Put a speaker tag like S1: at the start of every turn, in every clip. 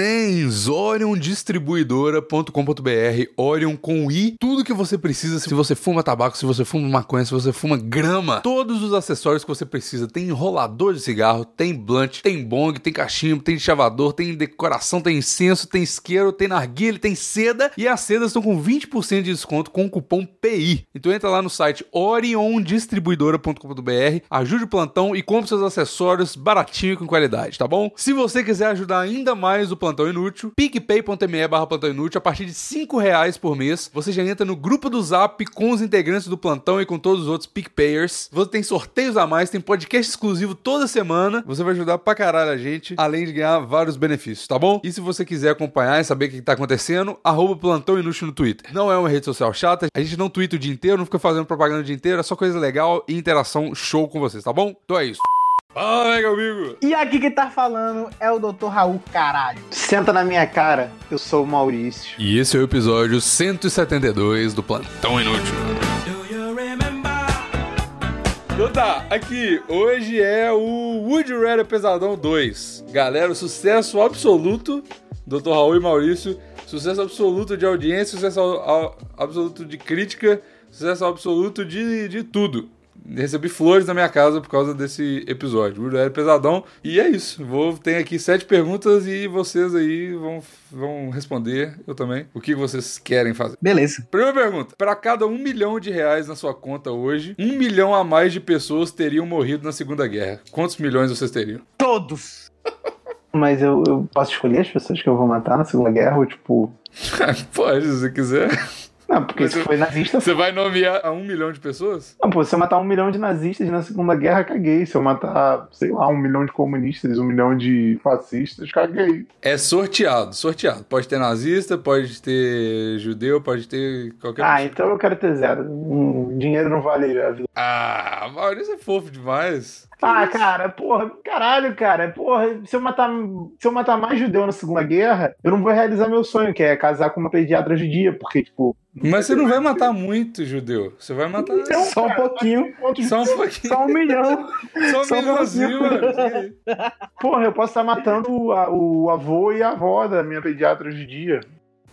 S1: Nenéns, oriondistribuidora.com.br, Orion com I, tudo que você precisa, se você fuma tabaco, se você fuma maconha, se você fuma grama, todos os acessórios que você precisa, tem enrolador de cigarro, tem blunt, tem bong, tem cachimbo, tem chavador, tem decoração, tem incenso, tem isqueiro, tem narguilha, tem seda, e as sedas estão com 20% de desconto com o cupom PI. Então entra lá no site oriondistribuidora.com.br, ajude o plantão e compre seus acessórios baratinho e com qualidade, tá bom? Se você quiser ajudar ainda mais o Plantão Inútil, picpay.me barra Plantão Inútil, a partir de 5 reais por mês, você já entra no grupo do Zap com os integrantes do Plantão e com todos os outros PicPayers. Você tem sorteios a mais, tem podcast exclusivo toda semana, você vai ajudar pra caralho a gente, além de ganhar vários benefícios, tá bom? E se você quiser acompanhar e saber o que tá acontecendo, arroba Plantão Inútil no Twitter. Não é uma rede social chata, a gente não twitta o dia inteiro, não fica fazendo propaganda o dia inteiro, é só coisa legal e interação show com vocês, tá bom? Então é isso. Fala, meu amigo!
S2: E aqui quem tá falando é o Dr. Raul, caralho. Senta na minha cara, eu sou o Maurício.
S1: E esse é o episódio 172 do Plantão Inútil. Então tá, aqui, hoje é o Wood Rather Pesadão 2. Galera, sucesso absoluto, Dr. Raul e Maurício. Sucesso absoluto de audiência, sucesso ao- ao- absoluto de crítica, sucesso absoluto de, de tudo. Recebi flores na minha casa por causa desse episódio. Wood Rather Pesadão. E é isso. Vou tem aqui sete perguntas e vocês aí vão, vão responder, eu também, o que vocês querem fazer.
S2: Beleza.
S1: Primeira pergunta. Para cada um milhão de reais na sua conta hoje, um milhão a mais de pessoas teriam morrido na Segunda Guerra. Quantos milhões vocês teriam?
S2: Todos.
S3: Mas eu, eu posso escolher as pessoas que eu vou matar na Segunda Guerra? Ou tipo.
S1: Pode, se você quiser.
S3: Não, porque
S1: Mas
S3: se
S1: eu-
S3: foi nazista.
S1: Você vai nomear a um milhão de pessoas?
S3: Não, pô, se eu matar um milhão de nazistas na Segunda Guerra, caguei. Se eu matar, sei lá, um milhão de comunistas, um milhão de fascistas, caguei.
S1: É sorteado, sorteado. Pode ter nazista, pode ter judeu, pode ter qualquer
S3: Ah, então eu quero ter zero. Hum, dinheiro não vale a vida.
S1: Ah, Maurício é fofo demais.
S3: Ah, cara, porra, caralho, cara, porra, se eu matar, se eu matar mais judeu na Segunda Guerra, eu não vou realizar meu sonho, que é casar com uma pediatra judia, porque, tipo,
S1: Mas você não vai matar muito judeu. Você vai matar
S3: só um pouquinho,
S1: só um pouquinho.
S3: só um milhão.
S1: Só um
S3: só um
S1: milhãozinho, mano.
S3: Porra, eu posso estar matando a- o avô e a avó da minha pediatra hoje em dia.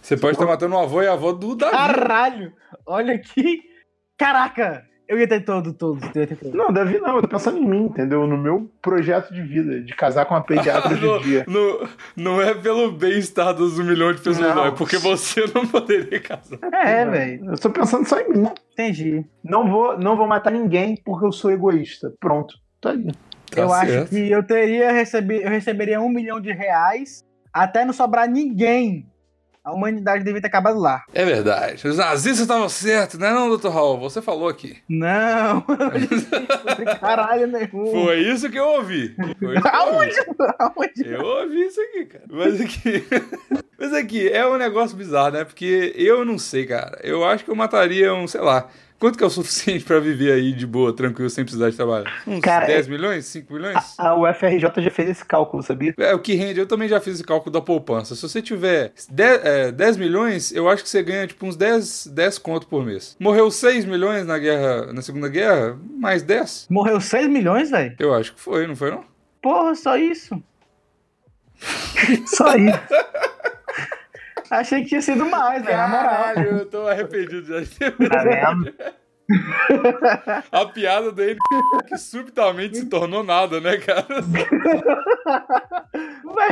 S1: Você pode estar matando o avô e a avó do Davi.
S2: Caralho. Olha aqui. Caraca. Eu ia ter todo, todos. Eu ia ter todos.
S3: Não, Davi, não, eu tô pensando em mim, entendeu? No meu projeto de vida, de casar com uma pediatra hoje
S1: não.
S3: em dia.
S1: Não, não é pelo bem-estar dos um milhão de pessoas, não.
S3: Não.
S1: É porque você não poderia casar.
S2: É, velho.
S3: Eu tô pensando só em mim.
S2: Entendi.
S3: Não vou, não vou matar ninguém porque eu sou egoísta. Pronto, tá aí.
S2: eu acho que eu teria recebido, eu receberia um milhão de reais até não sobrar ninguém. A humanidade devia ter acabado lá.
S1: É verdade. Os nazistas estavam certos, né, não, doutor Raul? Você falou aqui.
S2: Não. Caralho nenhum.
S1: Foi isso que eu ouvi. Foi isso que eu ouvi.
S2: Aonde? Aonde?
S1: Eu ouvi isso aqui, cara. Mas aqui. Mas aqui, é um negócio bizarro, né? Porque eu não sei, cara. Eu acho que eu mataria um, sei lá. Quanto que é o suficiente pra viver aí de boa, tranquilo, sem precisar de trabalho? Uns
S3: Cara,
S2: é-
S1: 10 milhões? 5 milhões?
S3: A UFRJ já fez esse cálculo, sabia?
S1: É o que rende. Eu também já fiz esse cálculo da poupança. Se você tiver 10, é, 10 milhões, eu acho que você ganha tipo uns 10, 10 conto por mês. Morreu 6 milhões na guerra, na Segunda Guerra, mais 10?
S2: Morreu 6 milhões, velho?
S1: Eu acho que foi, não foi não?
S2: Porra, só isso? só isso. Achei que tinha sido mais, velho, na moral.
S1: Caralho, eu tô arrependido já de ter
S3: Tá vendo?
S1: a piada dele que subitamente se tornou nada, né, cara?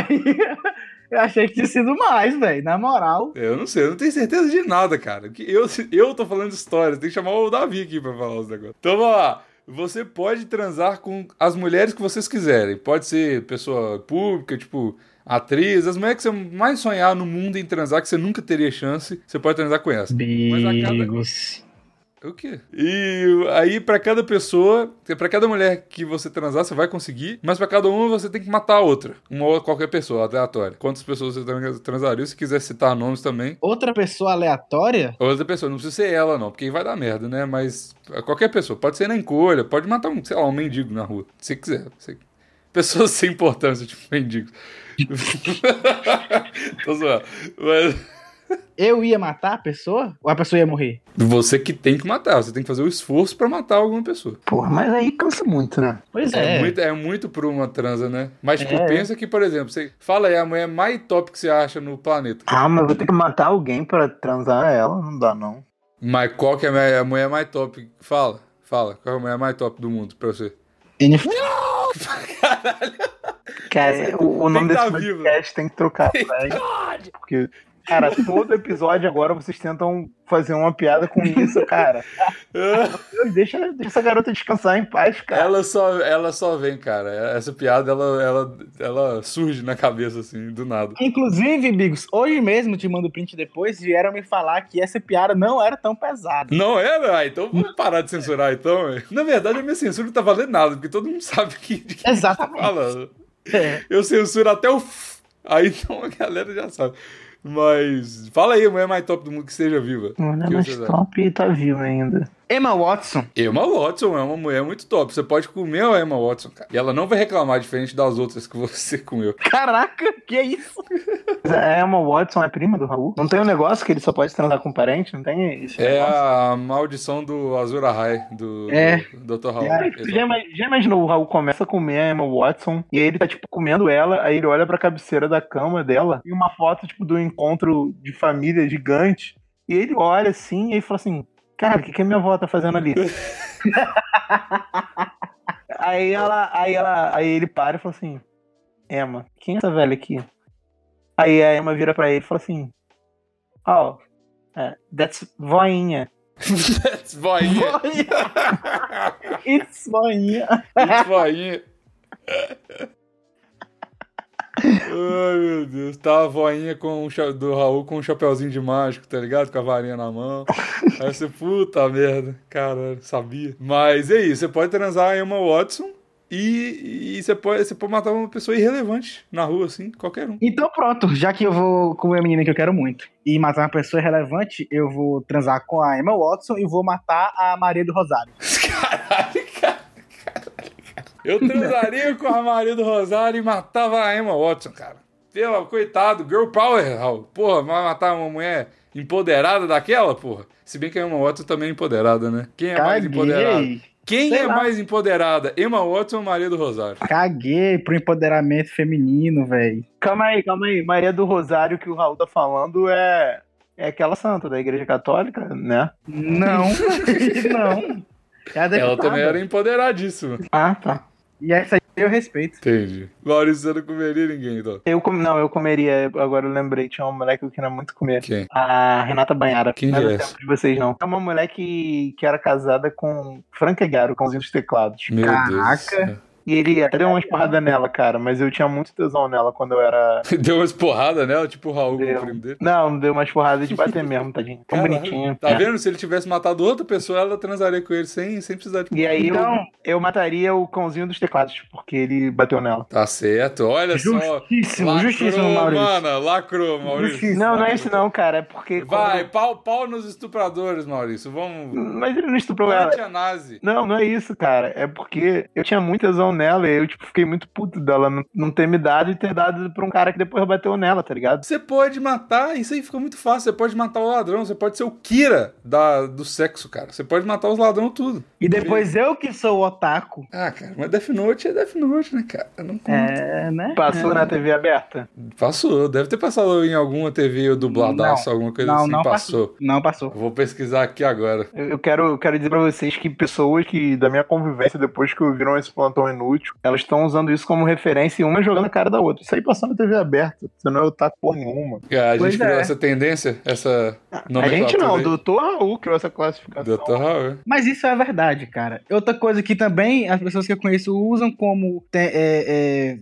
S2: Véi, eu achei que tinha sido mais, velho, na moral.
S1: Eu não sei, eu não tenho certeza de nada, cara. Que Eu, eu tô falando histórias, tem que chamar o Davi aqui pra falar os negócios. Então vamos lá. Você pode transar com as mulheres que vocês quiserem. Pode ser pessoa pública, tipo, atriz, as mulheres que você mais sonhar no mundo em transar, que você nunca teria chance, você pode transar com elas. a cada-
S2: Bigos.
S1: O quê? E aí, pra cada pessoa, pra cada mulher que você transar, você vai conseguir, mas pra cada uma você tem que matar a outra. Uma ou qualquer pessoa, aleatória. Quantas pessoas você tran- transaria? Se quiser citar nomes também.
S2: Outra pessoa aleatória?
S1: Outra pessoa, não precisa ser ela, não, porque aí vai dar merda, né? Mas qualquer pessoa, pode ser na encolha, pode matar um, sei lá, um mendigo na rua, se quiser. se- Pessoas sem importância, tipo mendigos. Tô zoando. Mas,
S2: eu ia matar a pessoa ou a pessoa ia morrer?
S1: Você que tem que matar, você tem que fazer o esforço pra matar alguma pessoa.
S3: Porra, mas aí cansa muito, né?
S2: Pois
S1: É,
S2: é.
S1: muito, é muito por uma transa, né? Mas, tipo,
S2: É.
S1: pensa que, por exemplo, você fala aí a mulher mais top que você acha no planeta.
S3: Ah, mas eu vou ter que matar alguém pra transar ela? Não dá, não.
S1: Mas qual que é a mulher- a mulher mais top? Fala, fala. Qual é a mulher mais top do mundo pra você?
S2: Ele-
S3: Cara, É, o, o
S1: Tem
S3: nome
S1: que
S3: desse
S1: tá vivo. tá
S3: podcast tem que trocar, velho. Porque, cara, todo episódio agora vocês tentam fazer uma piada com isso, cara. Meu, Deixa, deixa essa garota descansar em paz, cara.
S1: Ela só, ela só vem, cara. Essa piada, ela, ela, ela surge na cabeça, assim, do nada.
S2: Inclusive, Bigos, hoje mesmo, te mando o print depois, vieram me falar que essa piada não era tão pesada.
S1: Não é, velho? Então vamos parar de censurar, então. velho. Na verdade, a minha censura não tá valendo nada, porque todo mundo sabe que, de que
S2: Exatamente.
S1: fala.
S2: É.
S1: Eu censuro até o f... Aí então a galera já sabe. Mas fala aí, a mulher mais top do mundo que esteja viva.
S3: Não é
S1: Que
S3: mais
S1: você-
S3: top e tá viva ainda.
S2: Emma Watson.
S1: Emma Watson é uma mulher muito top. Você pode comer a Emma Watson, cara. E ela não vai reclamar diferente das outras que você comeu.
S2: Caraca, que é isso?
S3: Mas A Emma Watson é prima do Raul? Não tem um negócio que ele só pode transar com um parente? Não tem isso?
S1: É a maldição do Azura High, do,
S2: É.
S1: do Dr. Raul.
S3: Cara,
S1: Exato.
S3: já, ima- já imaginou o Raul começa a comer a Emma Watson e aí ele tá, tipo, comendo ela, aí ele olha pra cabeceira da cama dela e uma foto, tipo, do encontro de família gigante e ele olha assim e aí fala assim, cara, o que, que a minha avó tá fazendo ali? aí ela, aí ela, aí ele para e fala assim, Emma, quem é essa velha aqui? Aí a Emma vira pra ele e fala assim, oh, é, that's voinha.
S1: That's voinha.
S2: It's boinha.
S1: That's voinha. Ai, meu Deus. Tá a voinha com o cha- do Raul com um chapeuzinho de mágico, tá ligado? Com a varinha na mão. Aí você, puta merda. Cara, sabia. Mas é isso. Você pode transar a Emma Watson e, e você, pode, você pode matar uma pessoa irrelevante na rua, assim, qualquer um.
S2: Então pronto, já que eu vou comer a menina que eu quero muito e matar uma pessoa relevante, eu vou transar com a Emma Watson e vou matar a Maria do Rosário.
S1: Caralho, cara. Eu transaria com a Maria do Rosário e matava a Emma Watson, cara. Pela, coitado, girl power, Raul. Porra, vai matar uma mulher empoderada daquela, porra? Se bem que a Emma Watson também é empoderada, né? Quem é mais empoderada?
S2: Caguei,
S1: Quem
S2: Sei
S1: é
S2: lá.
S1: mais empoderada? Emma Watson ou Maria do Rosário?
S2: caguei pro empoderamento feminino, velho.
S3: Calma aí, calma aí. Maria do Rosário que o Raul tá falando é, é aquela santa da Igreja Católica, né?
S2: Não, não. É a
S1: Ela
S2: deputada.
S1: também era empoderadíssima.
S3: Ah, tá.
S2: E essa aí eu respeito.
S1: Entendi. Maurício, você não comeria ninguém, então.
S3: Eu com... Não, eu comeria. Agora eu lembrei, tinha uma mulher que eu queria muito comer.
S1: Quem?
S3: A Renata Banhara.
S1: Quem
S3: não
S1: é
S3: era
S1: essa?
S3: tempo de vocês, não. É uma mulher que, que era casada com Frank Aguiar, o cãozinho dos teclados.
S1: Meu Deus. do
S2: Caraca.
S3: E ele até deu umas porradas nela, cara, mas eu tinha muito tesão nela quando eu era.
S1: céu. Deu umas porradas nela, tipo o Raul com o
S3: Deu.
S1: primo dele.
S3: Não, deu umas porradas de bater mesmo, tadinho. Tão
S1: Caralho,
S3: bonitinho.
S1: Tá
S3: É.
S1: vendo? Se ele tivesse matado outra pessoa, ela transaria com ele sem, sem precisar de.
S3: E aí eu-
S2: Então-
S3: eu mataria o cãozinho dos teclados, porque ele bateu nela.
S1: Tá certo, olha só.
S2: Justíssimo,
S1: Lacrou,
S2: justíssimo, Maurício.
S1: Mana, lacrou, Maurício.
S2: Justiça.
S3: Não, não é isso não, cara. É porque.
S1: Vai, pau, pau nos estupradores, Maurício. Vamos.
S3: quando- Mas ele não estuprou ela.
S1: Mate a nazi.
S3: Não, não é isso, cara. É porque eu tinha muita tesão nela e eu, tipo, fiquei muito puto dela não- não ter me dado e ter dado pra um cara que depois bateu nela, tá ligado?
S1: Você pode matar, isso aí fica muito fácil. Você pode matar o ladrão, você pode ser o Kira da, do sexo, cara. Você pode matar os ladrão tudo.
S2: E depois eu que sou o otaku.
S1: Ah, cara, mas Death Note é Death Note, né, cara? Não conta.
S2: É, né?
S3: Passou na TV aberta?
S1: Passou, deve ter passado em alguma TV dubladaço, alguma coisa
S2: Não,
S1: assim.
S2: não
S1: passou.
S2: Não passou.
S1: Vou pesquisar aqui agora.
S3: Eu eu quero, eu quero dizer pra vocês que pessoas que, da minha convivência, depois que viram esse plantão inútil, elas estão usando isso como referência e uma jogando a cara da outra. Isso aí passou na TV aberta. Você não é otaku porra nenhuma.
S1: A gente
S2: Pois
S1: criou
S2: é.
S1: essa tendência, essa
S3: a gente não, o
S1: nomenclatura
S3: doutor Raul criou essa
S1: aí.
S2: Então,
S3: classificação.
S1: Dr. Hauer.
S2: Mas isso é verdade, cara. Outra coisa que também as pessoas que eu conheço usam como te- é, é,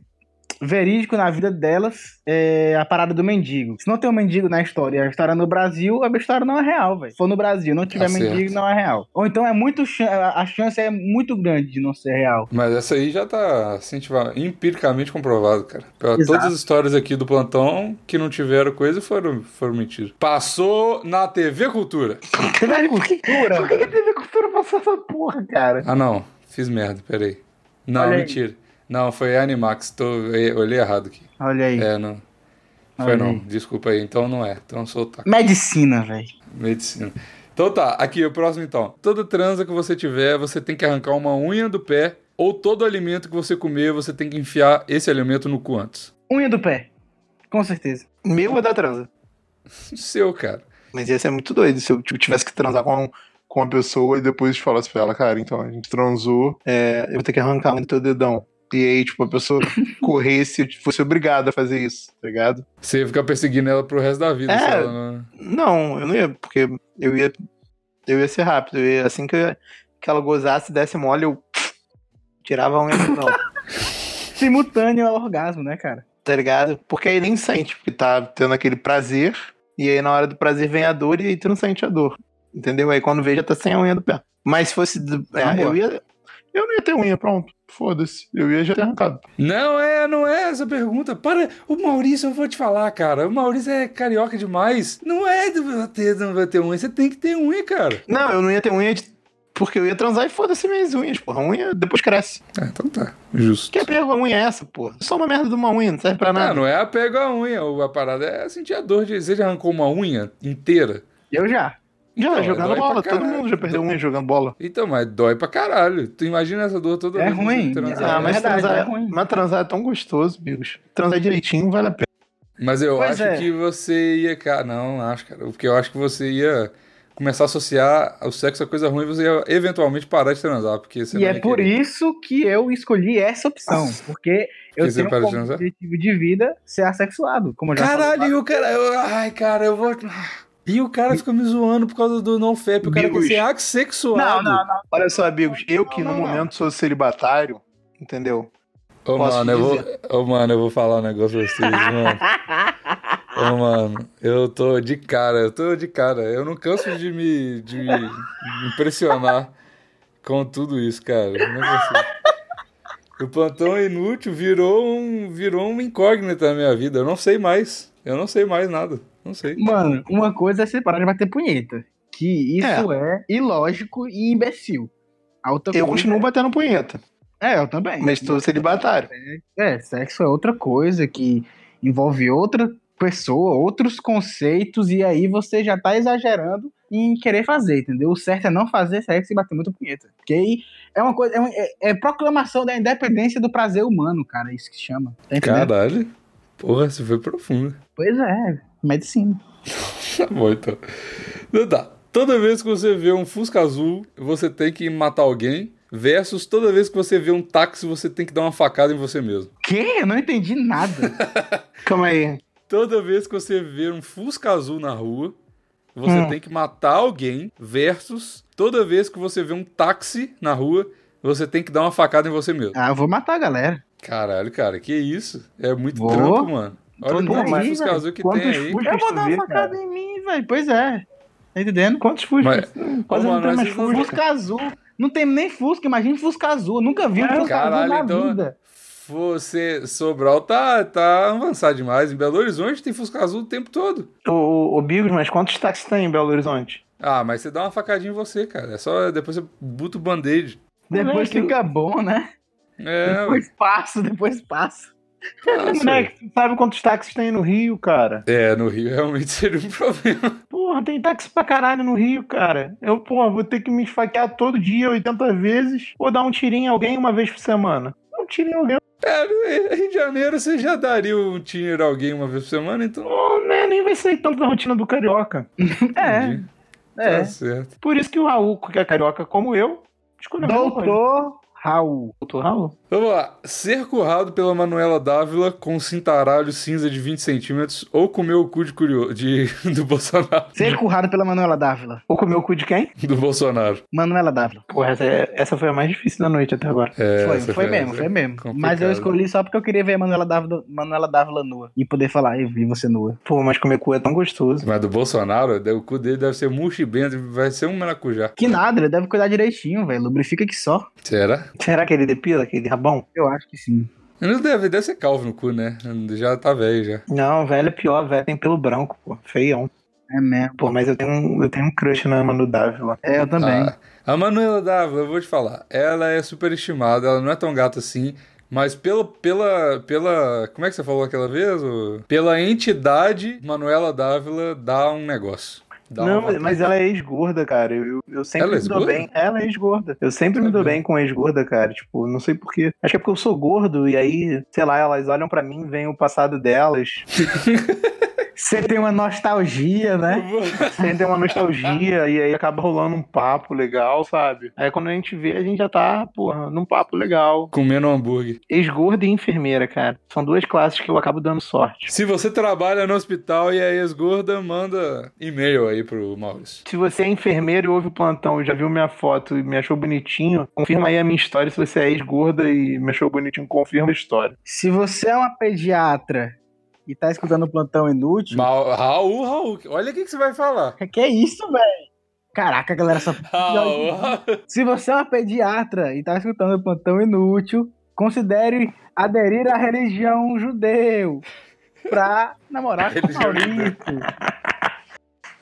S2: verídico na vida delas é a parada do mendigo. Se não tem um mendigo na história, a história é no Brasil, a minha história não é real, velho. Se for no Brasil, não tiver
S1: Tá certo.
S2: mendigo, não é real. Ou então é muito chan- a chance é muito grande de não ser real.
S1: Mas essa aí já tá cientiva- empiricamente comprovado, cara. Pra
S2: Exato.
S1: Todas as histórias aqui do plantão que não tiveram coisa foram, foram mentiras. Passou na TV Cultura.
S3: Caralho, por que, por que que a TV Cultura passou essa porra, cara?
S1: Ah, não. Fiz merda, peraí. Não,
S2: Olha aí.
S1: mentira. Não, foi Animax. Tô, eu olhei errado aqui.
S2: Olha aí.
S1: É, não. Foi
S2: Olha
S1: não,
S2: aí.
S1: desculpa aí, então não é. Então eu sou otaku.
S2: Medicina, velho.
S1: Medicina. Então tá, aqui o próximo então. Toda transa que você tiver, você tem que arrancar uma unha do pé, ou todo alimento que você comer, você tem que enfiar esse alimento no cu antes.
S2: Unha do pé. Com certeza.
S3: Meu é da transa.
S1: Seu, cara.
S3: Mas ia ser muito doido se eu tipo, tivesse que transar com, um- com uma pessoa e depois falasse pra ela, cara, então a gente transou, é, eu vou ter que arrancar um do teu dedão. E aí, tipo, a pessoa corresse e fosse obrigada a fazer isso, tá ligado?
S1: Você ia ficar perseguindo ela pro resto da vida.
S3: É.
S1: se ela não-
S3: Não, eu não ia, porque eu ia. Eu ia ser rápido. Eu ia, assim que, que ela gozasse, desse mole, eu tirava a unha do dedão.
S2: Simultâneo ao orgasmo, né, cara?
S3: tá ligado? Porque aí nem sente, porque tá tendo aquele prazer, e aí na hora do prazer vem a dor, e aí tu não sente a dor. Entendeu? Aí quando vê, já tá sem a unha do pé. Mas se fosse. do- é,
S2: Ah, boa.
S3: eu ia. Eu não ia ter unha, pronto. Foda-se. Eu ia já ter arrancado.
S1: Não é, não é essa pergunta. Para, o Maurício, eu vou te falar, cara. O Maurício é carioca demais. Não é do vai ter, não vai ter unha. Você tem que ter unha, cara.
S3: Não, eu não ia ter unha de- porque eu ia transar e foda-se minhas unhas, porra. A unha depois cresce.
S1: Ah, então tá. Justo.
S3: Que apego a unha é essa, porra? Só uma merda de uma unha, não serve pra
S1: Ah,
S3: nada.
S1: não é apego à unha. A parada é sentir a dor de. Você já arrancou uma unha inteira?
S2: Eu já.
S3: já,
S1: Não,
S3: jogando
S1: dói pra
S3: bola, todo
S1: caralho.
S3: mundo já perdeu unha jogando bola.
S1: Então, mas dói pra caralho. Tu imagina essa dor toda
S2: É
S1: vez que você
S2: ruim.
S1: transar.
S3: Ah, mas,
S2: é verdade,
S3: transar,
S2: é ruim.
S3: mas transar é tão gostoso, Bigos. Transar direitinho vale a pena.
S1: Mas eu
S2: Pois
S1: acho
S2: é.
S1: que você ia. Cara, não, não acho, cara. Porque eu acho que você ia começar a associar o sexo a coisa ruim e você ia eventualmente parar de transar. Porque você
S2: e
S1: não
S2: é
S1: ia
S2: por
S1: querer.
S2: isso que eu escolhi essa opção. Porque eu
S1: Porque você
S2: tenho
S1: para de
S2: como
S1: transar?
S2: objetivo de vida ser assexuado. Como eu já
S1: Caralho,
S2: falei.
S1: e o cara. eu- ai, cara, eu vou. ah, E o cara fica me zoando por causa do não fap. O cara quer
S3: Bigos.
S1: ser assexuado.
S2: Não, não, não.
S3: Olha só, amigos, eu que
S2: Não,
S3: no
S2: não, não.
S3: momento sou celibatário, entendeu?
S1: Ô,
S3: Posso
S1: mano,
S3: te
S1: eu vou, ô, mano, eu vou falar um negócio pra vocês, mano. Ô, mano, eu tô de cara, eu tô de cara. Eu não canso de me, de me impressionar com tudo isso, cara. Eu Não consigo. O plantão inútil virou um, virou uma incógnita na minha vida. Eu não sei mais. Eu não sei mais nada. Não sei.
S2: Mano, uma coisa é você parar de bater punheta. Que isso é, ilógico e imbecil. A outra
S3: Eu
S2: coisa...
S3: continuo batendo punheta,
S2: É, eu também.
S3: mas tô celibatário.
S2: É, sexo é outra coisa que envolve outra pessoa, outros conceitos, e aí você já tá exagerando em querer fazer, entendeu? O certo é não fazer sexo e bater muito punheta. Porque aí é uma coisa, é, um- é- é proclamação da independência do prazer humano, cara, isso que chama. Tá entendendo?
S1: Caralho. Porra, você foi profundo.
S2: Pois é, medicina.
S1: Tá bom, então. Então tá. Toda vez que você vê um Fusca azul, você tem que matar alguém. Versus toda vez que você vê um táxi, você tem que dar uma facada em você mesmo.
S2: Que? Eu não entendi nada.
S3: Calma aí.
S1: Toda vez que você vê um Fusca azul na rua, você
S3: Hum.
S1: tem que matar alguém. Versus toda vez que você vê um táxi na rua, você tem que dar uma facada em você mesmo.
S2: ah, eu vou matar a galera.
S1: Caralho, cara, que isso? É muito
S2: Vou.
S1: trampo, mano.
S2: Tô
S1: Olha o
S2: nem
S1: tanto de
S2: aí,
S1: Fusca
S2: velho.
S1: azul que tem
S3: Quantos
S1: aí.
S3: fuscas
S2: Eu vou
S3: tu
S2: dar
S3: vê,
S2: uma facada
S3: cara?
S2: em mim, velho. Pois é. Tá entendendo?
S3: Quantos fuscas? Hum, Quase
S1: Ô,
S3: não
S1: mano,
S3: tem
S1: mas
S3: mais
S1: vocês não-
S3: fusca.
S2: Fusca azul. Não tem nem Fusca, imagina Fusca azul. Eu nunca vi um Fusca azul na
S1: É, Caralho, então.
S2: vida.
S1: Você, Sobral tá, tá avançado demais. Em Belo Horizonte tem Fusca Azul o tempo todo.
S3: Ô, ô, ô, Bigos, mas quantos táxis tem em Belo Horizonte?
S1: Ah, mas você dá uma facadinha em você, cara. É só. Depois você buta o band-aid.
S2: Depois
S3: Moleque,
S2: fica bom, né?
S1: É, ué,
S2: Depois passa, depois passa. né?
S1: fácil.
S3: Moleque, tu sabe quantos táxis tem no Rio, cara?
S1: É, no Rio realmente seria um problema.
S3: Porra, tem táxi pra caralho no Rio, cara. Eu, porra, vou ter que me esfaquear todo dia 80 vezes ou dar um tirinho em alguém uma vez por semana. Um tirinho em alguém.
S1: É, no Rio- Rio de Janeiro você já daria um Tinder a alguém uma vez por semana, então.
S3: Pô, né, nem vai sair tanto da rotina do carioca.
S2: É,
S1: entendi.
S2: é.
S1: Tá certo.
S3: Por isso que o Raul, que é carioca como eu, escolheu a mesma coisa.
S2: Doutor Raul.
S3: Doutor Raul.
S1: Vamos lá. Ser currado pela Manuela Dávila com um cintaralho cinza de 20 centímetros ou comer o cu de curio... de... do Bolsonaro.
S2: Ser currado pela Manuela Dávila.
S3: Ou comeu o cu de quem?
S1: Do Bolsonaro.
S2: Manuela Dávila.
S3: Porra, essa, é, essa foi a mais difícil da noite até agora.
S1: É,
S2: foi,
S1: essa
S2: foi
S1: frase
S2: mesmo,
S1: é
S2: foi mesmo.
S1: complicado.
S2: Mas eu escolhi só porque eu queria ver a Manuela Dávila, Manuela Dávila nua. E poder falar, eu vi você nua.
S3: Pô, mas comer cu é tão gostoso.
S1: Mas do Bolsonaro, o cu dele deve ser murcho e bento, vai ser um maracujá.
S2: Que nada, ele deve cuidar direitinho, velho. Lubrifica que só.
S1: Será?
S3: Será que ele depila aquele rabão?
S2: Eu acho que sim.
S1: Não deve, deve ser calvo no cu, né? Já tá velho já.
S3: Não, velho é pior, velho tem pelo branco, pô. Feião.
S2: É mesmo.
S3: Pô, mas eu tenho um, eu tenho um crush na Manu Dávila.
S2: É, eu
S1: Ah.
S2: também.
S1: A, a Manuela Dávila, eu vou te falar, ela é superestimada, ela não é tão gata assim, Mas pela, pela, pela. Como é que você falou aquela vez? ô? Pela entidade, Manuela Dávila dá um negócio. Dá
S3: não,
S1: uma-
S3: mas ela é ex-gorda, cara. Eu, eu- eu sempre
S1: Ela é
S3: me dou
S1: ex-gorda?
S3: bem. Ela é ex-gorda. Eu sempre me dou
S1: Sabia.
S3: bem com ex-gorda, cara. Tipo, não sei porquê. Acho que é porque eu sou gordo e aí, sei lá, elas olham pra mim, vem o passado delas,
S2: Você tem uma nostalgia, né?
S3: sentem uma nostalgia e aí acaba rolando um papo legal, sabe? Aí quando a gente vê, a gente já tá, porra, num papo legal.
S1: Comendo um hambúrguer.
S3: Ex-gorda e enfermeira, cara. São duas classes que eu acabo dando sorte.
S1: Se você trabalha no hospital e é ex-gorda, manda e-mail aí pro Maurício.
S3: Se você é enfermeiro e ouve o plantão e já viu minha foto e me achou bonitinho, confirma aí a minha história. Se você é ex-gorda e me achou bonitinho, confirma a história.
S2: Se você é uma pediatra e tá escutando o plantão inútil,
S1: Ma- Raul, Raul, olha o que, que você vai falar.
S2: que é isso, velho? Caraca, galera, só...
S1: Raul,
S2: se você é uma pediatra e tá escutando o plantão inútil, considere aderir à religião judeu pra namorar com o
S1: Religião
S2: Maurício.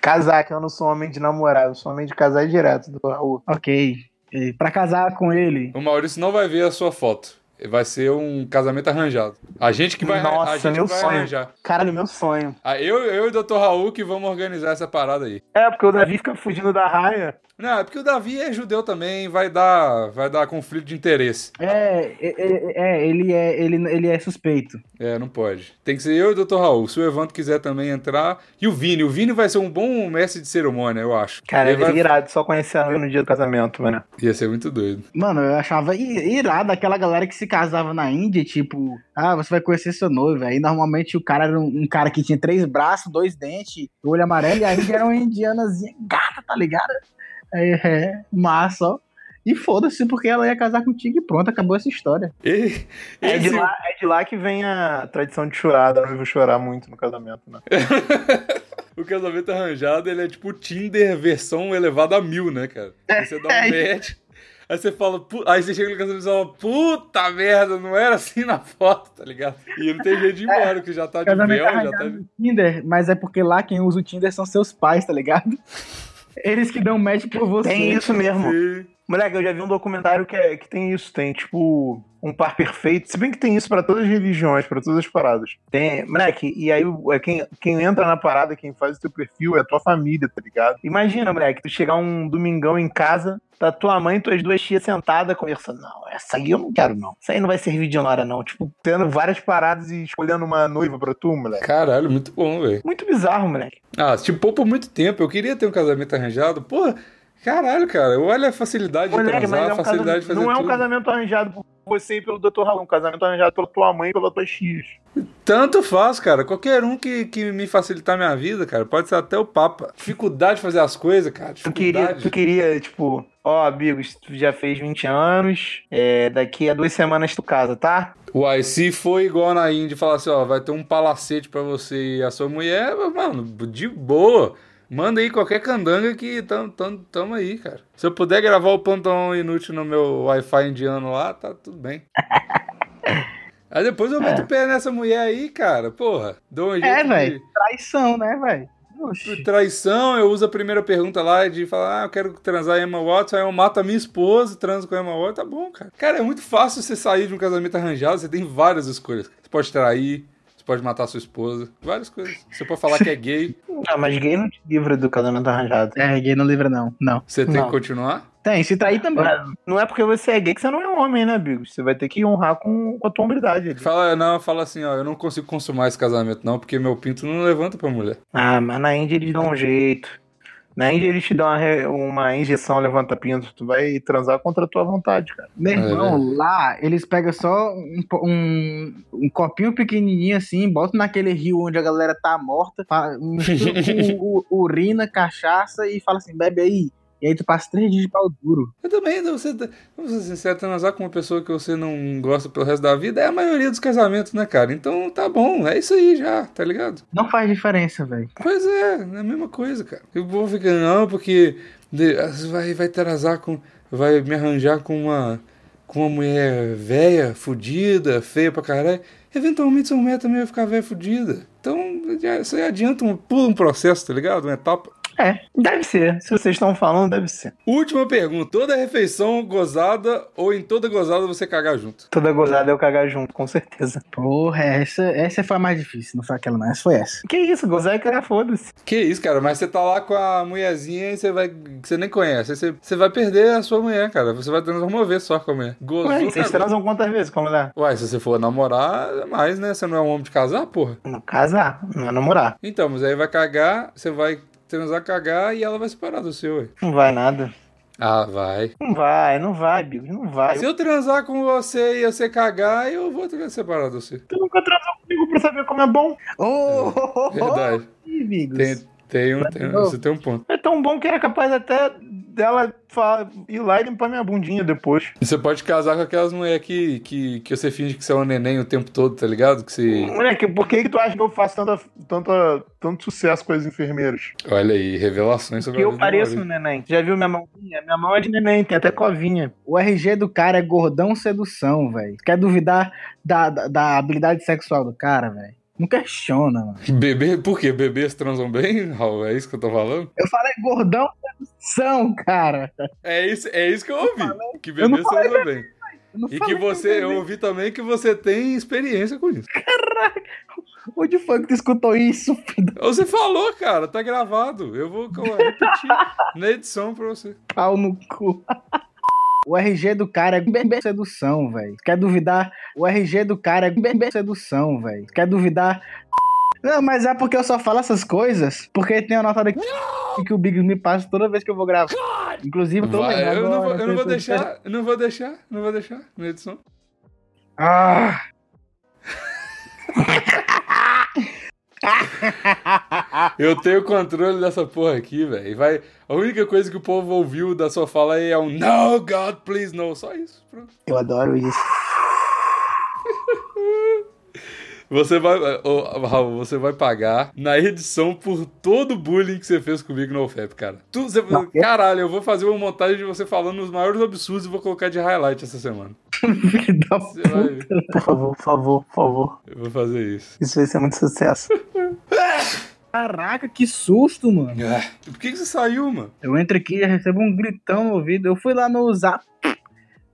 S3: Casar, que eu não sou homem de namorar, eu sou homem de casar direto do Raul.
S2: Ok. E Pra casar com ele.
S1: o Maurício não vai ver a sua foto. Vai ser um casamento arranjado. A gente que vai,
S3: Nossa,
S1: a gente
S3: meu
S1: vai
S3: sonho.
S1: arranjar.
S3: Caralho, meu sonho.
S1: Ah, Eu, eu e o Dr. Raul que vamos organizar essa parada aí.
S3: É, porque o Davi fica fugindo da raia.
S1: Não, é porque o Davi é judeu também, vai dar, vai dar conflito de interesse.
S2: É, é, é, é, ele é, ele, ele é suspeito.
S1: É, não pode. Tem que ser eu e o Dr. Raul. Se o Evandro quiser também entrar. E o Vini. O Vini vai ser um bom mestre de cerimônia, eu acho.
S3: Cara,
S1: Ele
S3: ele é
S1: vai...
S3: irado, só conhecer ela no dia do casamento, mano.
S1: Ia ser muito doido.
S2: Mano, eu achava i- irado aquela galera que se casava na Índia, tipo, ah, você vai conhecer seu noivo. Aí normalmente o cara era um, um cara que tinha três braços, dois dentes, o olho amarelo, e a Índia era uma indianazinha gata, tá ligado? Aí, é, massa, ó. E foda-se, porque ela ia casar contigo e pronto, acabou essa história.
S1: E-
S3: É de,
S1: esse-
S3: lá, é de lá que vem a tradição de chorar, da noiva chorar muito no casamento, né?
S1: O casamento arranjado, ele é tipo o Tinder versão elevada a mil, né, cara? Aí Você dá um match, aí você fala... "Pu-" Aí você chega no casamento e fala, puta merda, não era assim na foto, tá ligado? E não tem jeito de ir embora, porque já tá de
S2: Casamento
S1: mel, já tá...
S2: arranjado no Tinder, mas é porque lá quem usa o Tinder são seus pais, tá ligado? Eles que dão match por você.
S3: Tem isso mesmo.
S1: de-
S3: Moleque, eu já vi um documentário que, é- que tem isso, tem tipo um par perfeito, se bem que tem isso pra todas as religiões, pra todas as paradas. Tem, moleque, e aí o- é quem, quem entra na parada, quem faz o teu perfil é a tua família, tá ligado? Imagina, moleque, tu chegar um domingão em casa, tá tua mãe e tuas duas tias sentadas conversando. Não, essa aí eu não quero, não. Essa aí não vai servir de hora, não. Tipo, tendo várias paradas e escolhendo uma noiva pra tu, moleque.
S1: Caralho, muito bom, velho.
S3: Muito bizarro, moleque.
S1: Ah, tipo, por muito tempo. Eu queria ter um casamento arranjado. Porra, caralho, cara. Olha a facilidade de
S3: Moleque,
S1: transar,
S3: mas é
S1: a
S3: um
S1: facilidade de
S3: casamento,
S1: fazer
S3: não é um
S1: tudo.
S3: casamento arranjado por você e pelo Dr. Raul, é um casamento arranjado pela tua mãe e pelas tuas tias.
S1: Tanto faz, cara. Qualquer um que, que me facilitar minha vida, cara. Pode ser até o Papa. Dificuldade de fazer as coisas, cara.
S3: Tu queria,
S1: Dificuldade.
S3: tu queria, tipo, ó, amigos, tu já fez 20 anos, é, daqui a duas semanas tu casa, tá?
S1: Uai, se for igual na Índia e falar assim, ó, vai ter um palacete pra você e a sua mulher, mano, de boa. Manda aí qualquer candanga que tam, tam, tamo aí, cara. Se eu puder gravar o plantão inútil no meu Wi-Fi indiano lá, tá tudo bem. aí depois eu meto o pé nessa mulher aí, cara. Porra, dou um jeito de-
S2: velho. Traição, né, velho?
S1: por
S2: Oxi.
S1: traição, eu uso a primeira pergunta lá de falar, ah, eu quero transar a Emma Watson, aí eu mato a minha esposa, transo com a Emma Watson, tá bom, cara. Cara, é muito fácil você sair de um casamento arranjado, você tem várias escolhas. Você pode trair, você pode matar a sua esposa, várias coisas. Você pode falar que é gay,
S3: Ah, mas gay não te livra do casamento arranjado.
S2: É, gay não livra, não. Não.
S1: você tem
S3: Não.
S1: que continuar.
S2: Tem, se trair também.
S3: Não é porque você é gay que você não é um homem, né, amigos? Você vai ter que honrar com, com a tua hombridade ali.
S1: Fala, não, fala assim, ó, eu não consigo consumar esse casamento não, porque meu pinto não levanta pra mulher.
S3: Ah, mas na Índia eles dão um jeito. Na Índia eles te dão uma, re- uma injeção levanta-pinto. Tu vai transar contra a tua vontade, cara.
S2: Meu
S1: É,
S2: irmão, lá eles pegam só um, po- um, um copinho pequenininho assim, botam naquele rio onde a galera tá morta, fa- mistura com u- u- urina, cachaça e fala assim, bebe aí. E aí tu passa três dias de pau duro.
S1: Eu também, você, vamos ser sincero, transar com uma pessoa que você não gosta pelo resto da vida é a maioria dos casamentos, né, cara? Então tá bom, é isso aí já, tá ligado?
S2: Não faz diferença, velho.
S1: Pois é, é a mesma coisa, cara. Eu vou ficar, não, porque de- vai, vai transar com. Vai me arranjar com uma. Com uma mulher velha, fudida, feia pra caralho. Eventualmente sua mulher também vai ficar velha fudida. Então, já- isso aí adianta um, pula um processo, tá ligado? Uma etapa.
S3: É, deve ser. Se vocês estão falando, deve ser.
S1: Última pergunta. Toda refeição gozada ou em toda gozada você cagar junto?
S3: Toda gozada eu cagar junto, com certeza.
S2: Porra, essa, essa foi a mais difícil. Não foi aquela, não. Essa foi essa.
S3: Que isso, gozar é cagar, foda-se.
S1: Que isso, cara. Mas você tá lá com a mulherzinha e você vai. que Você nem conhece. Aí Você, você vai perder a sua mulher, cara. Você vai transar uma vez só com a mulher. Gozou.
S3: Ué, vocês
S1: cagou.
S3: transam quantas vezes com a mulher?
S1: Uai, se você for namorar, é mais, né? Você não é um homem de casar, porra.
S3: Não casar, não é namorar.
S1: Então, mas aí vai cagar, você vai transar, cagar e ela vai separar do seu, ué.
S3: Não vai nada.
S1: Ah, vai.
S3: Não vai, não vai, Bigos, não vai.
S1: Se eu transar com você e você cagar, eu vou tra- separar do seu.
S3: Tu nunca transou comigo pra saber como é bom.
S2: Oh,
S1: Verdade.
S2: amigos.
S1: Tem, tem um, tem um- você tem um ponto.
S3: É tão bom que era capaz até dela fa- ir lá e limpar minha bundinha depois.
S1: E Você pode casar com aquelas mulheres que, que, que você finge que você é um neném o tempo todo, tá ligado? Que você.
S3: Moleque, por que, que tu acha que eu faço tanta, tanta, tanto sucesso com os enfermeiros?
S1: Olha aí, revelações sobre
S3: Porque
S1: a
S3: eu
S1: vida do
S3: pareço um
S1: marido.
S3: neném. Já viu minha mãozinha? Minha mão é de neném, tem até covinha.
S2: O RG do cara é gordão sedução, velho. Quer duvidar da, da, da habilidade sexual do cara, velho? Não questiona, mano.
S1: Bebê, por quê? Bebês transam bem, Raul? É isso que eu tô falando?
S2: Eu falei é gordão sedução, cara.
S1: É isso, é isso que eu ouvi. Que
S2: eu não
S1: bebês transam bem.
S2: Eu não
S1: E que
S2: falei né?
S1: você, eu
S2: gordão.
S1: ouvi também que você tem experiência com isso.
S2: Onde foi que tu escutou isso? filho?
S1: Você falou, cara, tá gravado. Eu vou co- repetir na edição pra você.
S2: Pau no cu. O RG do cara é bebê sedução, velho. Quer duvidar? O RG do cara é bebê sedução, velho. Quer duvidar? Não, mas é porque eu só falo essas coisas porque tem a nota daqui que o Biggs me passa toda vez que eu vou gravar. Inclusive, eu tô
S1: Vai,
S2: lembrando
S1: eu, não vou,
S2: agora,
S1: eu não vou
S2: foi- foi-
S1: deixar, eu não vou deixar, não vou deixar na edição.
S2: Ah!
S1: Eu tenho controle dessa porra aqui, velho. E Vai. A única coisa que o povo ouviu da sua fala aí é um No God, please no. Só isso. Pronto.
S2: Eu adoro isso.
S1: Você vai. ô, Raul, você vai pagar na edição por todo o bullying que você fez comigo no OFEP, cara. Tu, você-
S2: Não, eu-
S1: caralho, eu vou fazer uma montagem de você falando os maiores absurdos e vou colocar de highlight essa semana.
S2: Filho da
S1: Você vai ver.
S3: Por favor, por favor, por favor.
S1: Eu vou fazer isso.
S3: Isso vai ser muito sucesso.
S2: Caraca, que susto, mano.
S1: Ah, Por que, que você saiu, mano?
S2: Eu entro aqui e recebo um gritão no ouvido. Eu fui lá no zap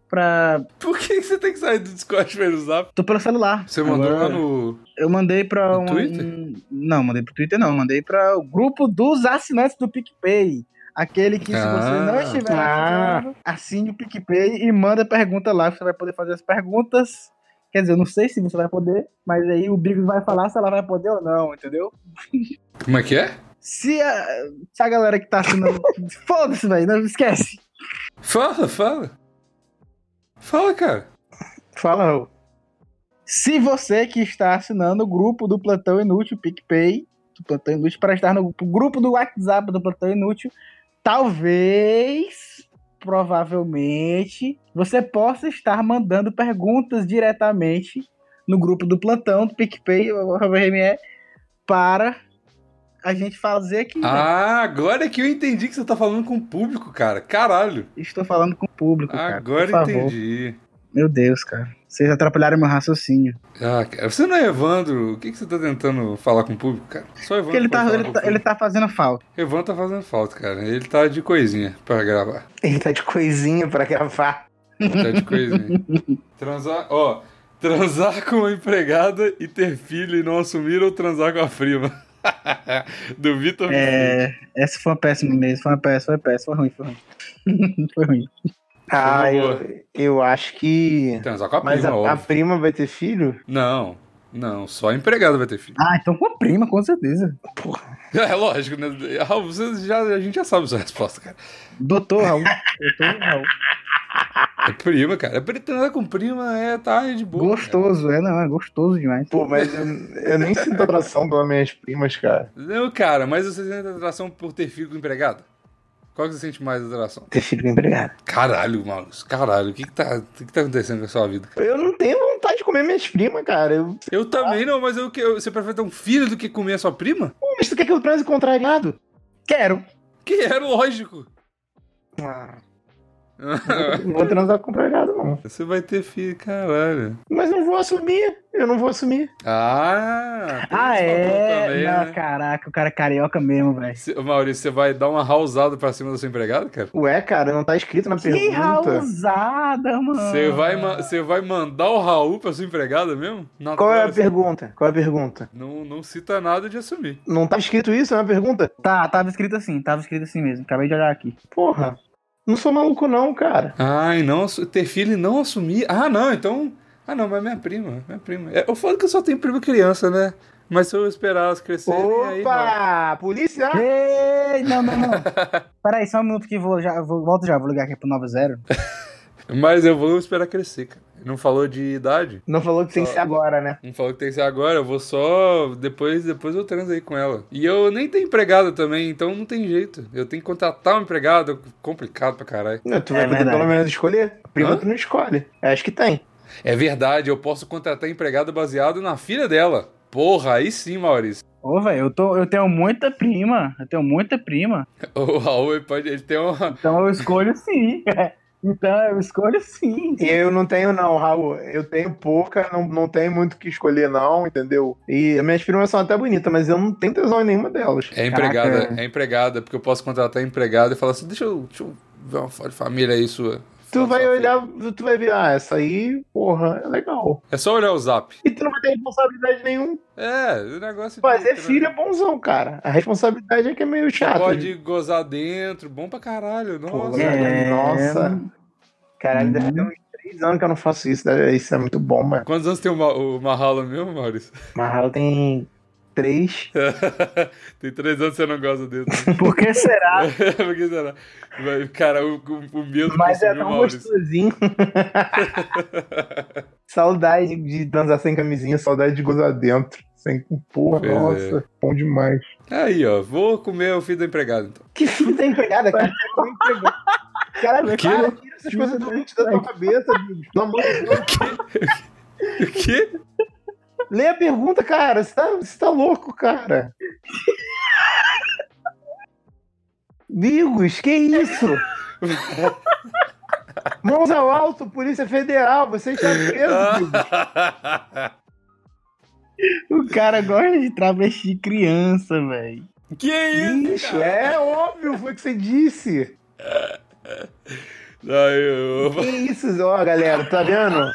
S2: pra.
S1: Por que, que você tem que sair do Discord pelo zap?
S2: Tô pelo celular.
S1: Você mandou
S2: Agora- é.
S1: lá no.
S2: Eu mandei pra
S1: No
S2: um.
S1: Twitter?
S2: Não, mandei pro Twitter não. Mandei pra o grupo dos assinantes do PicPay. Aquele que, se você
S1: Ah.
S2: não estiver
S3: Ah.
S2: assinando, assine o PicPay e manda pergunta lá. Você vai poder fazer as perguntas. Quer dizer, eu não sei se você vai poder, mas aí o Bigos vai falar se ela vai poder ou não, entendeu?
S1: Como é que é?
S2: Se a, se a galera que tá assinando. Foda-se, velho, não esquece.
S1: Fala, fala. Fala, cara.
S3: Fala, Raul.
S2: Se você que está assinando o grupo do Plantão Inútil, PicPay, do Plantão Inútil, para estar no grupo do WhatsApp do Plantão Inútil, talvez, provavelmente, você possa estar mandando perguntas diretamente no grupo do Plantão, do PicPay, o RME, para a gente fazer aqui. né?
S1: Ah, agora é que eu entendi que você tá falando com o público, cara. Caralho.
S2: Estou falando com o público, cara.
S1: Agora
S2: por favor.
S1: entendi.
S2: Meu Deus, cara. Vocês atrapalharam meu raciocínio.
S1: Ah, cara, você não é Evandro. O que, que você tá tentando falar com o público, cara? Só Evandro.
S2: Porque ele
S1: pode
S2: tá,
S1: falar
S2: ele,
S1: com o
S2: tá, ele
S1: público.
S2: tá fazendo falta.
S1: Evandro tá fazendo falta, cara. Ele tá de coisinha pra gravar.
S3: Ele tá de coisinha pra gravar.
S1: Tá de coisinha. transar, ó. Transar com uma empregada e ter filho e não assumir ou transar com a prima. Do Vitor Vicente.
S2: É, essa foi uma péssima mesmo, foi uma péssima, foi péssima, foi ruim, foi ruim. foi ruim.
S3: Ah,
S1: Por
S3: eu, eu acho que.
S1: Transar com a prima,
S3: Mas a, a
S1: óbvio.
S3: prima vai ter filho?
S1: Não, não, só a empregada vai ter filho.
S2: Ah, então com a prima, com certeza.
S1: É lógico, né? Raul, você já, a gente já sabe a sua resposta, cara.
S2: Doutor Raul. Doutor Raul.
S1: É prima, cara. É pri- Transar com prima é tá é de boa.
S2: Gostoso, é, não, é gostoso demais.
S3: Pô, mas eu, eu nem sinto atração pelas minhas primas, cara.
S1: Cara. Não, cara, mas você sente atração por ter filho com empregada? Qual que você sente mais atração?
S3: Ter filho com empregado.
S1: Caralho, Marcos, caralho, o que que tá, o que que tá acontecendo com a sua vida? cara?
S3: Eu não tenho vontade de comer minhas primas, cara. Eu,
S1: Eu também não, mas eu, que- eu- você prefere ter um filho do que comer a sua prima?
S3: Pô, mas tu quer que eu transe contrariado?
S2: Quero.
S1: Que é lógico.
S3: Ah,
S1: É
S3: Não vou transar com empregado, não.
S1: Você vai ter filho, caralho.
S3: Mas não vou assumir. Eu não vou assumir.
S1: Ah! tem
S2: Ah,
S1: esse
S2: é?
S1: valor também,
S2: não,
S1: né?
S2: caraca, o cara é carioca mesmo, velho.
S1: Cê- Maurício, você vai dar uma rausada pra cima do seu empregado, cara?
S3: Ué, cara, não tá escrito na
S2: Que
S3: pergunta.
S2: rausada, mano.
S1: Você
S3: Ah.
S1: vai, ma- você vai mandar o Raul pra sua empregada mesmo? Na
S3: Qual é a
S1: tora,
S3: pergunta? Qual é a pergunta?
S1: Não, não cita nada de assumir.
S3: Não tá escrito isso na pergunta?
S2: Tá, tava escrito assim, tava escrito assim mesmo. Acabei de olhar aqui.
S3: Porra. Não sou maluco, não, cara.
S1: Ah, e não assu- ter filho e não assumir. Ah, não, então. Ah, não, mas minha prima, minha prima. É, eu falo que eu só tenho prima criança, né? Mas se eu esperar elas crescerem, aí não.
S3: Opa! Polícia!
S2: Ei, não, não, não. Peraí, só um minuto que vou, já, vou, volto já, vou ligar aqui pro 90.
S1: Mas eu vou esperar crescer, cara. Não falou de idade?
S3: Não falou que tem que ser agora, né?
S1: Não falou que tem que ser agora, eu vou só. Depois, depois eu transo aí com ela. E eu nem tenho empregada também, então não tem jeito. Eu tenho que contratar um empregado, complicado pra caralho.
S3: Não, tu
S2: É
S3: vai poder
S2: verdade.
S3: pelo menos escolher.
S1: Hã?
S3: Prima tu não escolhe. Acho que tem.
S1: É verdade, eu posso contratar empregado baseado na filha dela. Porra, aí sim, Maurício.
S2: Ô, velho, eu, tô- eu tenho muita prima. Eu tenho muita prima.
S1: O Raul ele pode, ele tem uma.
S2: Então eu escolho sim. então eu escolho sim.
S3: E eu não tenho, não, Raul. Eu tenho pouca, não, não tenho muito o que escolher, não, entendeu? E as minhas primas são até bonitas, mas eu não tenho tesão em nenhuma delas.
S1: É empregada,
S2: Caraca.
S1: é empregada, porque eu posso contratar empregado e falar assim: deixa eu, deixa eu ver uma foto de família aí sua.
S3: Tu
S1: Foto
S3: vai
S1: da
S3: olhar, tu vai ver, ah, essa aí, porra, é legal.
S1: filha. É só olhar o zap.
S3: E tu não vai ter responsabilidade nenhuma.
S1: É, o negócio.
S3: Fazer
S1: né?
S3: filho é bonzão, cara. A responsabilidade é que é meio
S1: Você
S3: chato.
S1: pode gozar dentro, bom pra caralho. Nossa.
S3: Pô,
S2: É.
S3: Nossa. Caralho,
S2: Uhum.
S3: deve ter uns três anos que eu não faço isso. deve- Isso é muito bom, mano.
S1: Quantos anos tem o, Ma- o Mahalo mesmo, Maurício?
S3: Marralo tem três.
S1: tem três anos que você não goza dentro. né?
S2: Por que será?
S1: Por que será? Vai- Cara, o, o, o medo
S3: Mas é
S1: consumiu o
S3: tão
S1: Maurício.
S3: gostosinho. saudade de dançar sem camisinha, saudade de gozar dentro. Sem porra,
S1: Pois é.
S3: nossa, bom demais.
S1: Aí, ó, vou comer o filho do empregado, então.
S3: Que filho da empregada, cara. Caralho,
S1: Que?
S3: cara, tira essas coisas do mente da tua cabeça, bicho. Pelo amor de Deus.
S1: O quê?
S3: Lê a pergunta, cara. Você tá, você tá louco, cara. Amigos, que isso? Mãos ao alto, Polícia Federal, você está
S1: Ah.
S3: preso. Bigos.
S2: O cara gosta de travesti criança, velho.
S1: que isso?
S3: Bicho, é óbvio, foi o que você disse.
S1: Aí, eu...
S3: Que isso, ó, galera, tá vendo?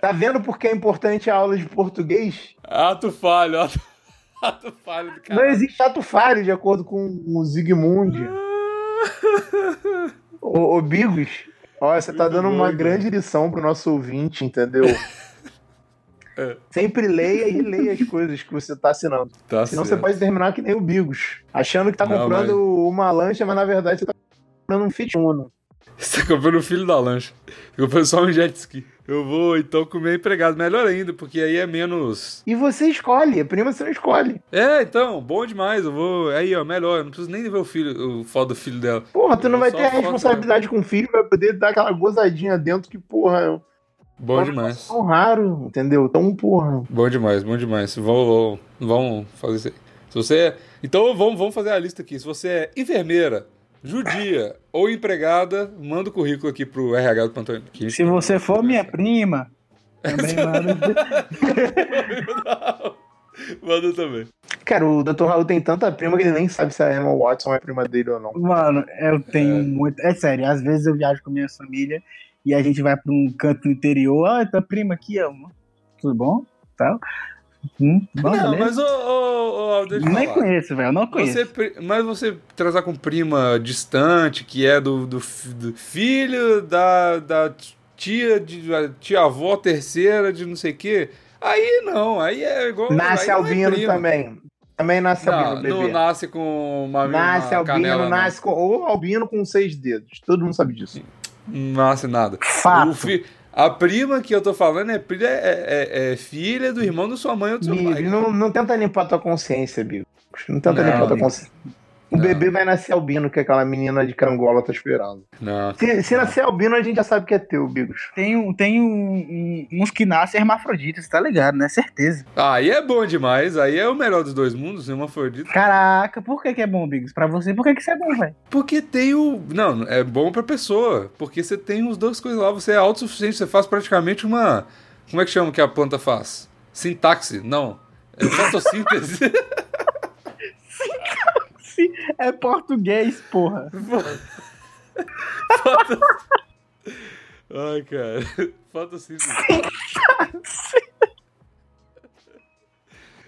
S3: Tá vendo por que é importante a aula de português?
S1: Ato falho, ato, ato falho do
S3: Não
S1: cara.
S3: existe ato falho, de acordo com o Zygmundi. Ô, ô Bigos, ó, você tá
S1: Muito né?
S3: dando
S1: bom,
S3: uma
S1: cara.
S3: grande lição pro nosso ouvinte, entendeu?
S1: É.
S3: Sempre leia e leia as coisas que você tá assinando.
S1: Tá
S3: Senão você
S1: certo.
S3: pode terminar que nem o Bigos. Achando que tá
S1: Não,
S3: comprando
S1: mas-
S3: uma lancha, mas na verdade você tá comprando um Fiat Uno.
S1: Você comprou o filho da lancha. Você comprou só um jet ski. Eu vou então comer empregado. Melhor ainda, porque aí é menos.
S3: E você escolhe, a prima você não escolhe.
S1: É, então, bom demais. Eu vou. Aí, ó, melhor. Eu não preciso nem ver o filho, o foto do filho dela.
S3: Porra, tu não vai
S1: Só
S3: ter a
S1: foto,
S3: responsabilidade com o filho, vai poder dar aquela gozadinha dentro que, porra, é
S1: Bom demais.
S3: tão raro, entendeu? Tão, porra.
S1: Bom demais, bom demais. Vão, vão, vão fazer isso aí. Se você é... Então vamos, vamos fazer a lista aqui. Se você é enfermeira, judia ou empregada, manda o currículo aqui pro RH do Pantone. Que-
S2: Se você for minha prima, também manda.
S1: manda também.
S3: Cara, o Dr. Raul tem tanta prima que ele nem sabe se a Emma Watson é prima dele ou não.
S2: Mano, eu tenho
S1: É.
S2: muito. É sério, às vezes eu viajo com minha família e a gente vai pra um canto no interior. Ah, tua prima aqui, ó. Tudo bom? Tal. Hum, bom,
S1: não,
S2: beleza?
S1: mas ô, ô, ô, deixa eu
S2: Nem
S1: falar.
S2: conheço, velho. eu Não conheço.
S1: Você, pri- mas você transar com prima distante, que é do, do, fi- do filho da, da tia, de, tia avó terceira de não sei o quê, aí não, aí é igual.
S3: Nasce
S1: aí não é
S3: albino
S1: prima.
S3: também. Também nasce
S1: Não,
S3: albino,
S1: não
S3: bebê.
S1: nasce com uma
S3: nasce
S1: uma
S3: albino,
S1: canela, não.
S3: nasce com... Ou albino com seis dedos. Todo mundo sabe disso.
S1: Não nasce nada.
S2: Fato.
S1: O fi- a prima que eu tô falando é, pri- é- é- é filha do irmão da sua mãe ou do seu
S3: Bigo,
S1: pai.
S3: não, não tenta limpar tua consciência, Bigo. Não tenta
S1: Não,
S3: limpar tua
S2: Bigo.
S3: consciência. O bebê vai nascer albino, que aquela menina de carangola tá esperando.
S1: Não.
S3: Se, se nascer albino, a gente já sabe que é teu, Bigos.
S2: Tem, um, tem um, um- uns que nascem hermafroditas, tá ligado, né? Certeza.
S1: Aí é bom demais, aí é o melhor dos dois mundos, uma afrodita.
S2: Caraca, por que, que é bom, Bigos? Pra você, por que, que isso é bom, velho?
S1: Porque tem o. Não, é bom pra pessoa. Porque você tem os dois coisas lá, você é autossuficiente, você faz praticamente uma. Como é que chama que a planta faz? Sintaxe? Não. É fotossíntese.
S2: É português, porra.
S1: Ai, cara. Fotossíntese.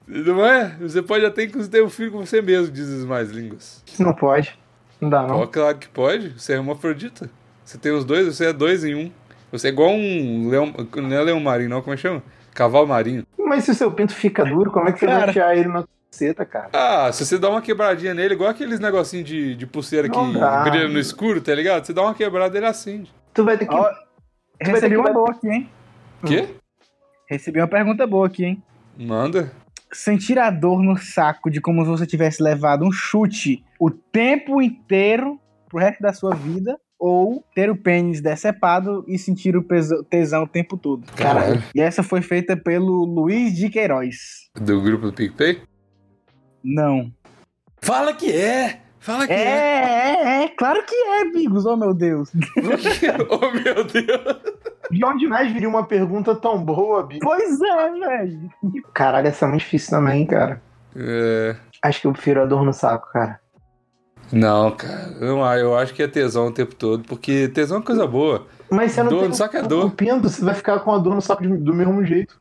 S1: Não é? Você pode até inclusive ter um filho com você mesmo, diz as mais línguas.
S3: Não pode. Não dá, não.
S1: Ó, claro que pode. Você é hermafrodita. Você tem os dois, você é dois em um. Você é igual um leão. Não é leão marinho, não, como é que chama? Cavalo marinho.
S3: Mas se o seu pinto fica duro, como é que você
S2: Cara.
S3: vai tirar ele na seta, cara?
S1: Ah, se você dá uma quebradinha nele, igual aqueles negocinhos de, de pulseira
S3: Não
S1: que
S3: dá.
S1: brilha no escuro, tá ligado? Você dá uma quebrada, ele acende.
S3: Tu vai ter que.
S2: Ó,
S3: Tu vai ter
S2: Recebi
S3: que
S2: uma
S3: dar-
S2: boa aqui, hein?
S3: Hum.
S1: Quê?
S2: Recebi uma pergunta boa aqui, hein?
S1: Manda.
S2: Sentir a dor no saco de como se você tivesse levado um chute o tempo inteiro pro resto da sua vida ou ter o pênis decepado e sentir o peso- tesão o tempo todo.
S1: Caralho.
S2: E essa foi feita pelo Luiz de Queiroz.
S1: Do grupo do PicPay?
S2: Não.
S1: Fala que é! Fala que
S2: É,
S1: é!
S2: é, é, claro que é, Bigos, oh meu Deus.
S1: oh, meu Deus!
S3: De onde mais viria uma pergunta tão boa, Bigos?
S2: Pois é, velho.
S3: Caralho, essa é muito difícil também, cara.
S1: É...
S3: Acho que eu prefiro a dor no saco, cara.
S1: Não, cara. Não, ah, eu acho que é tesão o tempo todo, porque tesão é coisa boa.
S3: Mas você não
S1: Dor
S3: tem
S1: no
S3: um-
S1: saco é
S3: um
S1: dor.
S3: pinto, você vai ficar com a dor no saco de- do mesmo jeito.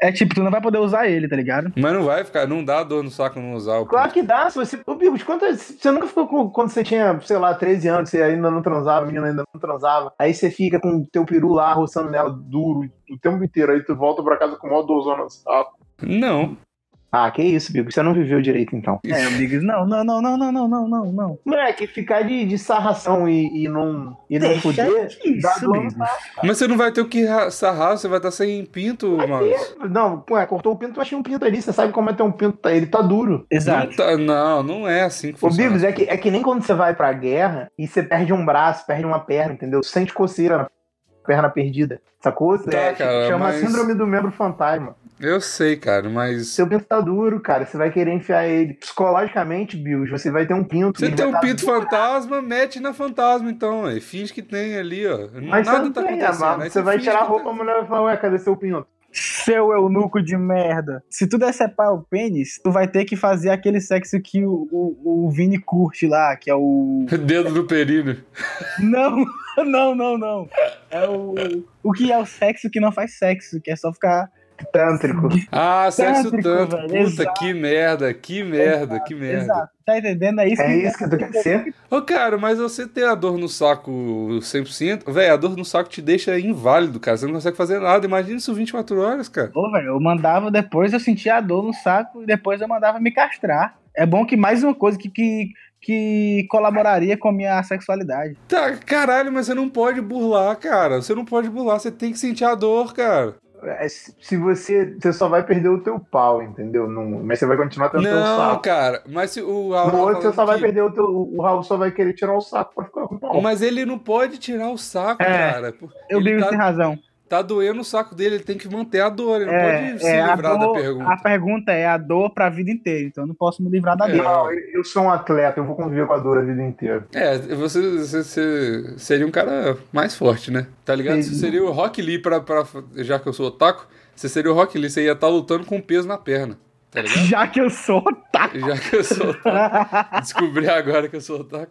S2: É tipo, tu não vai poder usar ele, tá ligado?
S1: Mas não vai ficar, não dá dor no saco não usar o.
S3: Claro que dá, se você. Ô, Bigos, quantas. Você nunca ficou com. Quando você tinha, sei lá, 13 anos, você ainda não transava, a menina ainda não transava. Aí você fica com o teu peru lá roçando nela duro o tempo inteiro. Aí tu volta pra casa com uma dorzona no saco.
S1: Não.
S3: Ah, que isso, Bigos. Você não viveu direito, então.
S2: É, o Bigos, não, não, não, não, não, não, não, não, não.
S3: Moleque, ficar de, de sarração e, e não, e não poder. dá
S2: isso,
S3: dor no
S2: Bigos.
S3: saco.
S1: Mas você não vai ter o que ra- sarrar, você vai estar sem pinto, mas.
S3: Não, ué, cortou o pinto, mas tinha um pinto ali. Você sabe como é ter um pinto, tá- ele tá duro.
S2: Exato.
S1: Não, tá- não, não é assim que
S3: Ô,
S1: funciona.
S3: Bigos, é que, é que nem quando você vai pra guerra e você perde um braço, perde uma perna, entendeu? Sente coceira na perna perdida. Sacou?
S1: Tá,
S3: É,
S1: cara,
S3: chama
S1: mas-
S3: síndrome do membro fantasma.
S1: Eu sei, cara, mas.
S3: Seu pinto tá duro, cara. Você vai querer enfiar ele. Psicologicamente, Bigos, você vai ter um pinto.
S1: Você
S3: ele
S1: tem
S3: vai
S1: um
S3: tá
S1: pinto
S3: duro.
S1: fantasma, mete na fantasma então, aí. finge que tem ali, ó.
S3: Mas você
S1: Nada
S3: não
S1: tá
S3: tem,
S1: acontecendo.
S3: amado.
S1: aí
S3: Você vai
S1: finge
S3: tirar a
S1: que
S3: roupa,
S1: tá-
S3: a mulher vai falar, ué, cadê seu pinto?
S2: Seu eunuco de merda. Se tu decepar o pênis, tu vai ter que fazer aquele sexo que o, o, o Vini curte lá, que é o.
S1: Dedo no perino.
S2: Não, não, não, não. É o. O que é o sexo que não faz sexo, que é só ficar.
S3: Tântrico.
S1: Ah, sexo
S2: Tântrico,
S1: tanto.
S2: velho,
S1: Puta,
S2: exato.
S1: que merda, que merda, que merda.
S2: Exato. Tá entendendo? É isso
S3: É
S2: que.
S3: isso que tu quer ser?
S1: Ô, cara, mas você ter a dor no saco 100%, velho, a dor no saco te deixa inválido, cara. Você não consegue fazer nada. Imagina isso 24 horas, cara.
S2: Ô, velho, eu mandava depois, eu sentia a dor no saco e depois eu mandava me castrar. É bom que mais uma coisa que, que, que colaboraria com a minha sexualidade.
S1: Tá, caralho, mas você não pode burlar, cara. Você não pode burlar, você tem que sentir a dor, cara.
S3: É, se se você. Você só vai perder o teu pau, entendeu? Não- mas você vai continuar tentando o
S1: Não,
S3: saco.
S1: cara, mas se o
S3: No
S1: Raul. tá
S3: outro, você só
S1: falando
S3: vai
S1: que-
S3: perder o teu. O Raul só vai querer tirar o saco pra ficar com o pau.
S1: Mas ele não pode tirar o saco,
S2: É.
S1: cara. por-
S2: Eu
S1: ele
S2: digo assim,
S1: tá,
S2: sem razão.
S1: tá doendo o saco dele, ele tem que manter a dor, ele não pode se
S2: É, a
S1: livrar da
S2: dor-
S1: pergunta.
S2: A pergunta é a dor pra vida inteira, então eu não posso me livrar da
S1: É.
S2: dor.
S3: Não, eu eu sou um atleta, eu vou conviver com a dor a vida inteira.
S1: É, você, você- você seria um cara mais forte, né? Tá ligado? Você
S3: Sim.
S1: seria o Rock Lee, pra, pra- já que eu sou otaku, você seria o Rock Lee, você ia estar lutando com peso na perna, tá ligado?
S2: Já que eu sou otário.
S1: Já que eu sou otaku, descobri agora que eu sou otaku.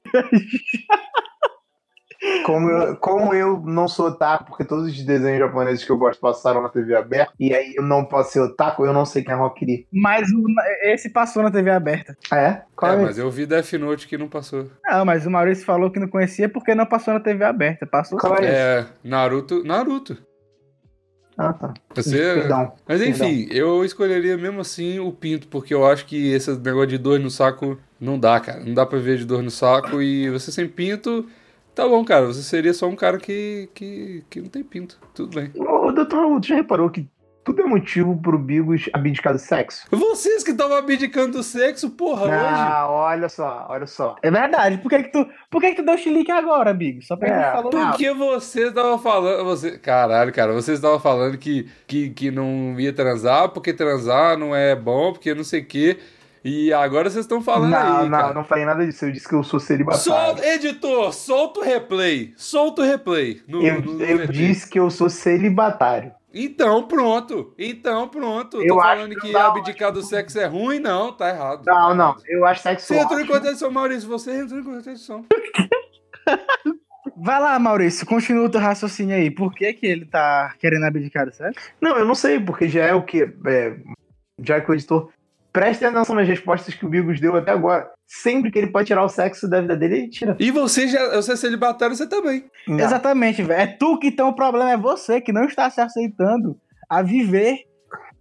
S3: Como eu, como eu não sou otaku, porque todos os desenhos japoneses que eu gosto passaram na TV aberta, e aí eu não posso ser otaku, eu não sei quem é Rock Lee.
S2: Mas o- esse passou na TV aberta.
S3: Ah, é? Qual
S1: É,
S3: é?
S1: mas eu vi Death Note que não passou.
S2: Não, mas o Maurício falou que não conhecia porque não passou na TV aberta. Passou.
S3: Qual é?
S1: É, Naruto, Naruto.
S3: Ah, tá.
S1: Você,
S3: Perdão.
S1: Mas enfim, eu escolheria mesmo assim o pinto, porque eu acho que esse negócio de dor no saco não dá, cara. Não dá pra ver de dor no saco e você sem pinto, tá bom, cara. Você seria só um cara que, que, que não tem pinto. Tudo bem.
S3: Ô, doutor Raul, tu já reparou que tudo é motivo pro Bigos abdicar do sexo.
S1: Vocês que estavam abdicando do sexo, porra, hoje.
S3: Ah, olha só, olha só.
S2: É verdade. Por que que tu, por que que tu deu chilique agora, Big? Só porque
S3: É,
S2: ele falou nada.
S1: Porque vocês estavam falando. Você... Caralho, cara, vocês estavam falando que, que, que não ia transar, porque transar não é bom, porque não sei o quê. E agora vocês estão falando
S3: não,
S1: aí.
S3: não,
S1: cara.
S3: não falei nada disso. Eu disse que eu sou celibatário.
S1: Solta, editor, solta o replay. Solta o replay. No,
S3: Eu,
S1: no- no
S3: eu
S1: VT.
S3: disse que eu sou celibatário.
S1: Então, pronto. Então, pronto.
S3: Eu
S1: Tô
S3: acho
S1: falando
S3: que
S1: que
S3: não,
S1: abdicar do sexo é ruim? Não, tá errado.
S3: Não, não. Eu acho sexo
S1: Você entrou em
S3: ótimo.
S1: contradição, Maurício. Você entrou em contradição.
S2: Vai lá, Maurício, continua o teu raciocínio aí. Por que que ele tá querendo abdicar do sexo?
S3: Não, eu não sei, porque já é o quê? É, já que o editor... Preste atenção nas respostas que o Bigos deu até agora. Sempre que ele pode tirar o sexo da vida dele, ele tira.
S1: E você já. Você é celibatário, você também.
S3: Não.
S2: Exatamente, velho. É tu que tem o problema, é você que não está se aceitando a viver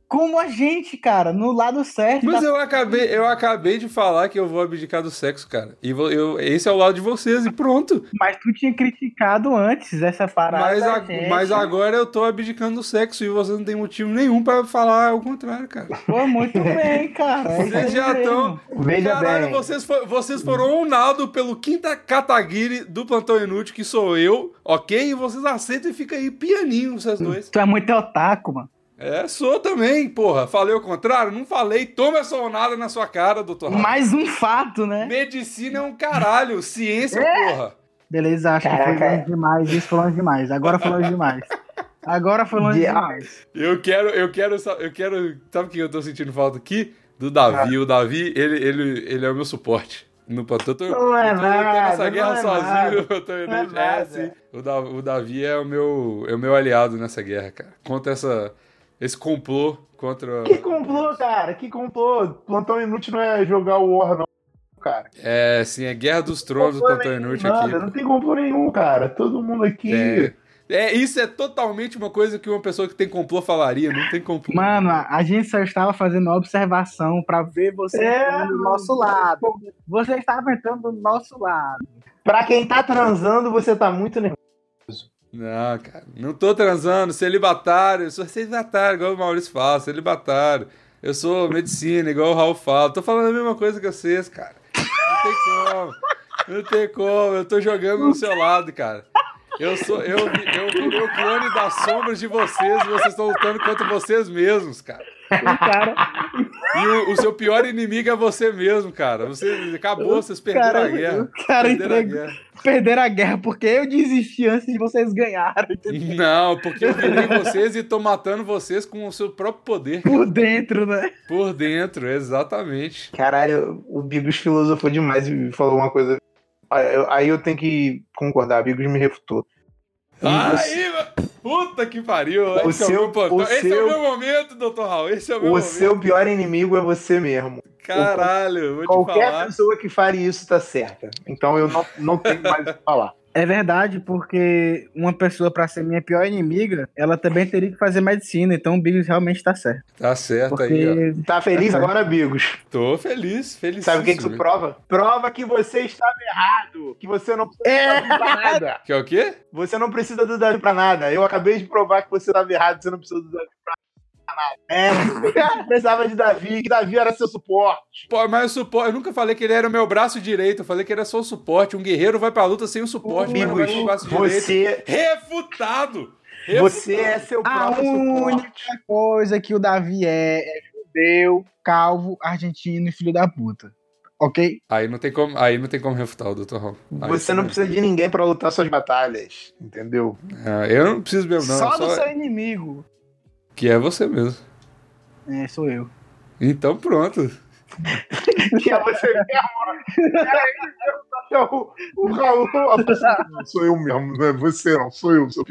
S2: como a gente, cara, no lado certo.
S1: Mas
S2: da-
S1: eu acabei, eu acabei de falar que eu vou abdicar do sexo, cara. E vo- eu, esse é o lado de vocês, e pronto.
S2: Mas tu tinha criticado antes essa parada.
S1: é- Mas,
S2: da
S1: a-
S2: gente.
S1: mas agora eu tô abdicando do sexo e você não tem motivo nenhum pra falar o contrário, cara.
S2: Pô, muito bem, cara. É isso aí
S1: Vocês já
S2: mesmo.
S1: estão.
S3: Veja
S1: Caralho,
S3: bem.
S1: vocês, fo- vocês foram onados pelo quinta Kataguiri do Plantão Inútil, que sou eu, ok? E vocês aceitam e fica aí pianinho, vocês dois.
S2: Tu é muito otaku, mano.
S1: É, sou também, porra. Falei o contrário? Não falei. Toma essa onada na sua cara, doutor. Rafa.
S2: Mais um fato, né?
S1: Medicina é um caralho, ciência,
S3: É?
S1: porra.
S2: Beleza, acho que foi
S3: Caraca.
S2: longe demais. Isso foi longe demais. Agora foi longe demais. Agora foi longe
S3: Yeah.
S2: demais.
S1: Eu quero, eu quero, sa- eu quero. Sabe o que eu tô sentindo falta aqui? Do Davi. O Davi, ele, ele, ele é o meu suporte. No plantão. Então, Eu tô,
S3: Não é
S1: eu tô
S3: nada,
S1: lutando essa
S3: não
S1: guerra
S3: é
S1: sozinho.
S3: nada.
S1: Eu tô,
S3: Não é
S1: é,
S3: nada.
S1: assim. O, Da- o Davi é o meu, é o meu aliado nessa guerra, cara. Contra essa, esse complô contra.
S3: Que complô, cara? Que complô? Plantão inútil não é jogar o War, não, cara.
S1: É, sim, é Guerra dos Tronos do
S3: Complô
S1: Plantão
S3: nenhum,
S1: Inútil
S3: nada,
S1: aqui.
S3: Não tem complô nenhum, cara. Todo mundo aqui.
S1: É, é, isso é totalmente uma coisa que uma pessoa que tem complô falaria. Não tem complô.
S2: Mano, a gente só estava fazendo uma observação pra ver você
S3: É,
S2: entrando do nosso lado. Você estava entrando do nosso lado.
S3: Pra quem tá transando, você tá muito nervoso.
S1: Não, cara, não tô transando, celibatário, eu sou celibatário, igual o Maurício fala, celibatário. Eu sou medicina, igual o Raul fala. Tô falando a mesma coisa que vocês, cara. Não tem como. Não tem como, eu tô jogando no seu lado, cara. Eu sou. Eu, eu virei o clone das sombras de vocês e vocês estão lutando contra vocês mesmos, cara.
S2: O cara,
S1: E o, o seu pior inimigo é você mesmo, cara. Você acabou, vocês perderam a
S2: cara,
S1: guerra.
S2: o cara
S1: Perderam a
S2: entregou.
S1: guerra.
S2: Perderam a guerra porque eu desisti antes de vocês ganharem. entendeu?
S1: Não, porque eu virei vocês e tô matando vocês com o seu próprio poder.
S2: Por dentro, né?
S1: Por dentro, exatamente.
S3: Caralho, o Bigos filosofou demais e falou uma coisa. Aí eu- Aí eu tenho que concordar, Bigos me refutou. E você-
S1: Aí, mano. puta que pariu.
S3: O
S1: Esse, é, o
S3: seu-
S1: meu plantão.
S3: o
S1: Esse é o
S3: seu-
S1: meu momento, Dr. Raul. Esse é o meu
S3: o
S1: momento.
S3: seu pior inimigo é você mesmo.
S1: Caralho, vou te
S3: Qualquer
S1: falar.
S3: pessoa que fale isso tá certa. Então eu não, não tenho mais o que falar.
S2: É verdade, porque uma pessoa pra ser minha pior inimiga, ela também teria que fazer medicina. Então o Biggs realmente tá certo.
S1: Tá certo aí, ó.
S2: Porque
S3: Tá feliz agora, Bigos?
S1: Tô feliz, feliz.
S3: Sabe o que, que isso prova? Prova que você estava errado. Que você não precisa
S2: é
S3: do Davi pra nada.
S1: Que é o quê?
S3: Você não precisa do Davi pra nada. Eu acabei de provar que você estava errado, você não precisa do Davi pra nada. É, cara precisava de Davi, que Davi era seu suporte.
S1: Pô, mas o suporte, eu nunca falei que ele era o meu braço direito, eu falei que ele era só o suporte. Um guerreiro vai pra luta sem o suporte, mas não vai com o braço
S3: Bigos,
S1: direito.
S3: você,
S1: Refutado!
S3: você é seu
S2: A
S3: próprio suporte.
S2: única coisa que o Davi é é judeu, calvo, argentino e filho da puta. Ok?
S1: Aí não tem como, aí não tem como refutar o Dr. Raul. Aí né?
S3: Você não precisa de ninguém pra lutar suas batalhas, entendeu?
S1: Ah, eu não preciso mesmo, não.
S2: só,
S1: só-
S2: do seu inimigo.
S1: Que é você mesmo.
S2: É, sou eu.
S1: Então pronto.
S3: Que é você mesmo. É, é o, o Raul. é Não, sou eu mesmo, não é você não, sou eu, seu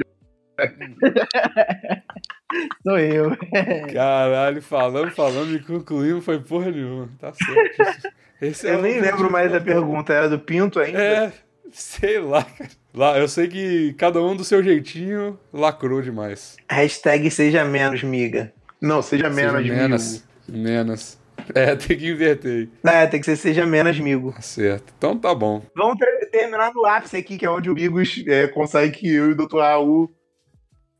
S2: Sou eu.
S3: É.
S1: Caralho, falando, falando e concluímos, foi porra nenhuma. Tá certo. Esse é
S3: Eu
S1: o-
S3: nem lembro mais a pergunta, era do Pinto ainda?
S1: É, sei lá, cara. Lá, eu sei que cada um do seu jeitinho lacrou demais.
S3: Hashtag seja menos, miga. Não, seja menos,
S1: Seja
S3: migo.
S1: menos. Menos. É, tem que inverter aí.
S3: É, tem que ser seja menos, migo.
S1: Tá certo. Então tá bom.
S3: Vamos ter- terminar no ápice aqui, que é onde o Migos é, consegue que eu e o Dr. Raul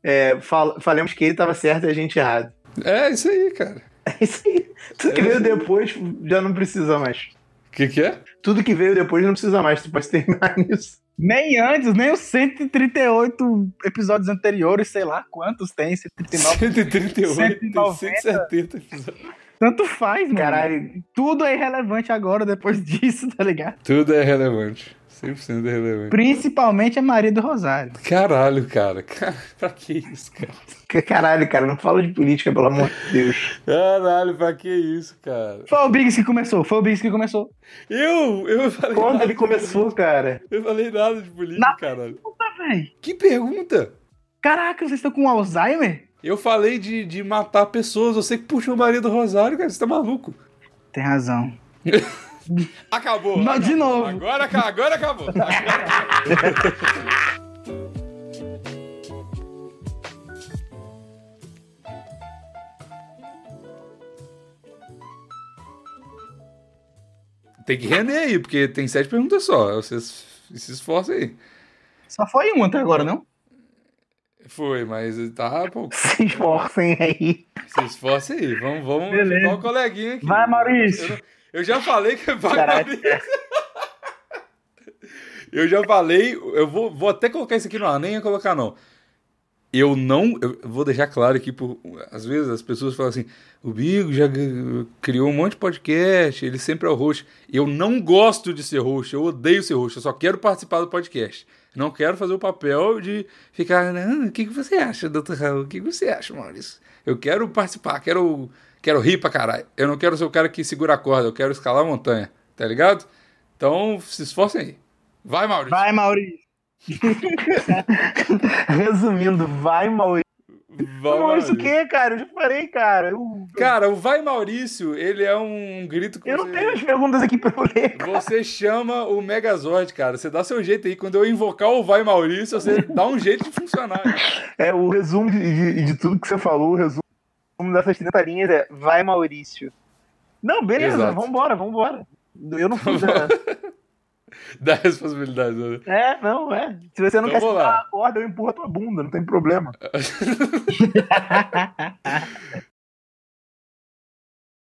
S3: é, fal- falemos que ele tava certo e a gente errado.
S1: É isso aí, cara.
S3: É isso aí. Tudo que veio depois já não precisa mais.
S1: O que, que é?
S3: Tudo que veio depois não precisa mais. Tu pode terminar nisso.
S2: Nem antes, nem os 138 episódios anteriores, sei lá quantos tem, 139.
S1: 138,
S2: 190.
S1: 170 episódios.
S2: Tanto faz, mano.
S3: Caralho.
S2: Tudo é irrelevante agora depois disso, tá ligado?
S1: Tudo é relevante. 100% é relevante.
S2: Principalmente a Maria do Rosário.
S1: Caralho, cara. Cara, pra que isso, cara?
S3: Que Caralho, cara, não fala de política, pelo amor de Deus.
S1: Caralho, pra que isso, cara?
S2: Foi o Biggs que começou, foi o Biggs que começou.
S1: Eu, eu não falei
S3: Quando
S1: nada,
S3: ele começou, cara?
S1: eu não falei nada de política,
S2: Na-
S1: caralho.
S2: Puta, velho.
S1: Que pergunta?
S2: Ah, Caraca, vocês estão com Alzheimer?
S1: Eu falei de, de matar pessoas, você que puxou o marido do Rosário, cara, você tá maluco.
S2: Tem razão.
S1: Acabou.
S2: Não,
S1: acabou.
S2: de novo.
S1: Agora, aca- agora acabou. Agora acabou. Tem que render aí, porque tem sete perguntas só. Vocês se esforcem aí.
S2: Só foi um até agora, não?
S1: Foi, mas tá pouco.
S3: Se esforcem aí.
S1: Se esforcem aí. Vamos, vamos
S2: Beleza.
S1: ajudar o coleguinha aqui.
S2: Vai, Maurício.
S1: Eu, não- eu já falei que é vai,
S3: Caralho.
S1: Maurício. Eu já falei, eu vou, vou até colocar isso aqui no ar, nem ia colocar não. Eu não, eu vou deixar claro aqui, por, às vezes as pessoas falam assim, o Bigo já g- criou um monte de podcast, ele sempre é o host. Eu não gosto de ser host, eu odeio ser host, eu só quero participar do podcast. Não quero fazer o papel de ficar, "Não, o que, que você acha, doutor Raul? O que que você acha, Maurício? Eu quero participar, quero, quero rir pra caralho. Eu não quero ser o cara que segura a corda, eu quero escalar a montanha, tá ligado? Então, se esforcem aí. Vai, Maurício.
S2: Vai, Maurício.
S3: Resumindo, vai, Maurício.
S1: Vai,
S3: Maurício o
S1: Maurício.
S3: quê, cara? Eu já falei, cara. Eu,
S1: Cara, o Vai Maurício, ele é um grito que
S3: eu não
S1: você...
S3: tenho as perguntas aqui pra eu ler.
S1: Você chama o Megazord, cara. Você dá seu jeito aí. Quando eu invocar o Vai Maurício, você dá um jeito de funcionar.
S3: É, o resumo de, de- de tudo que você falou, o resumo dessas 30 linhas é vai, Maurício. Não, beleza,
S1: Exato.
S3: vambora, vambora. Eu não fiz a...
S1: Dá responsabilidade. né?
S3: É, não, é. Se você não
S1: Então
S3: quer
S1: vou
S3: segurar
S1: lá.
S3: a corda, eu empurro a tua bunda, não tem problema.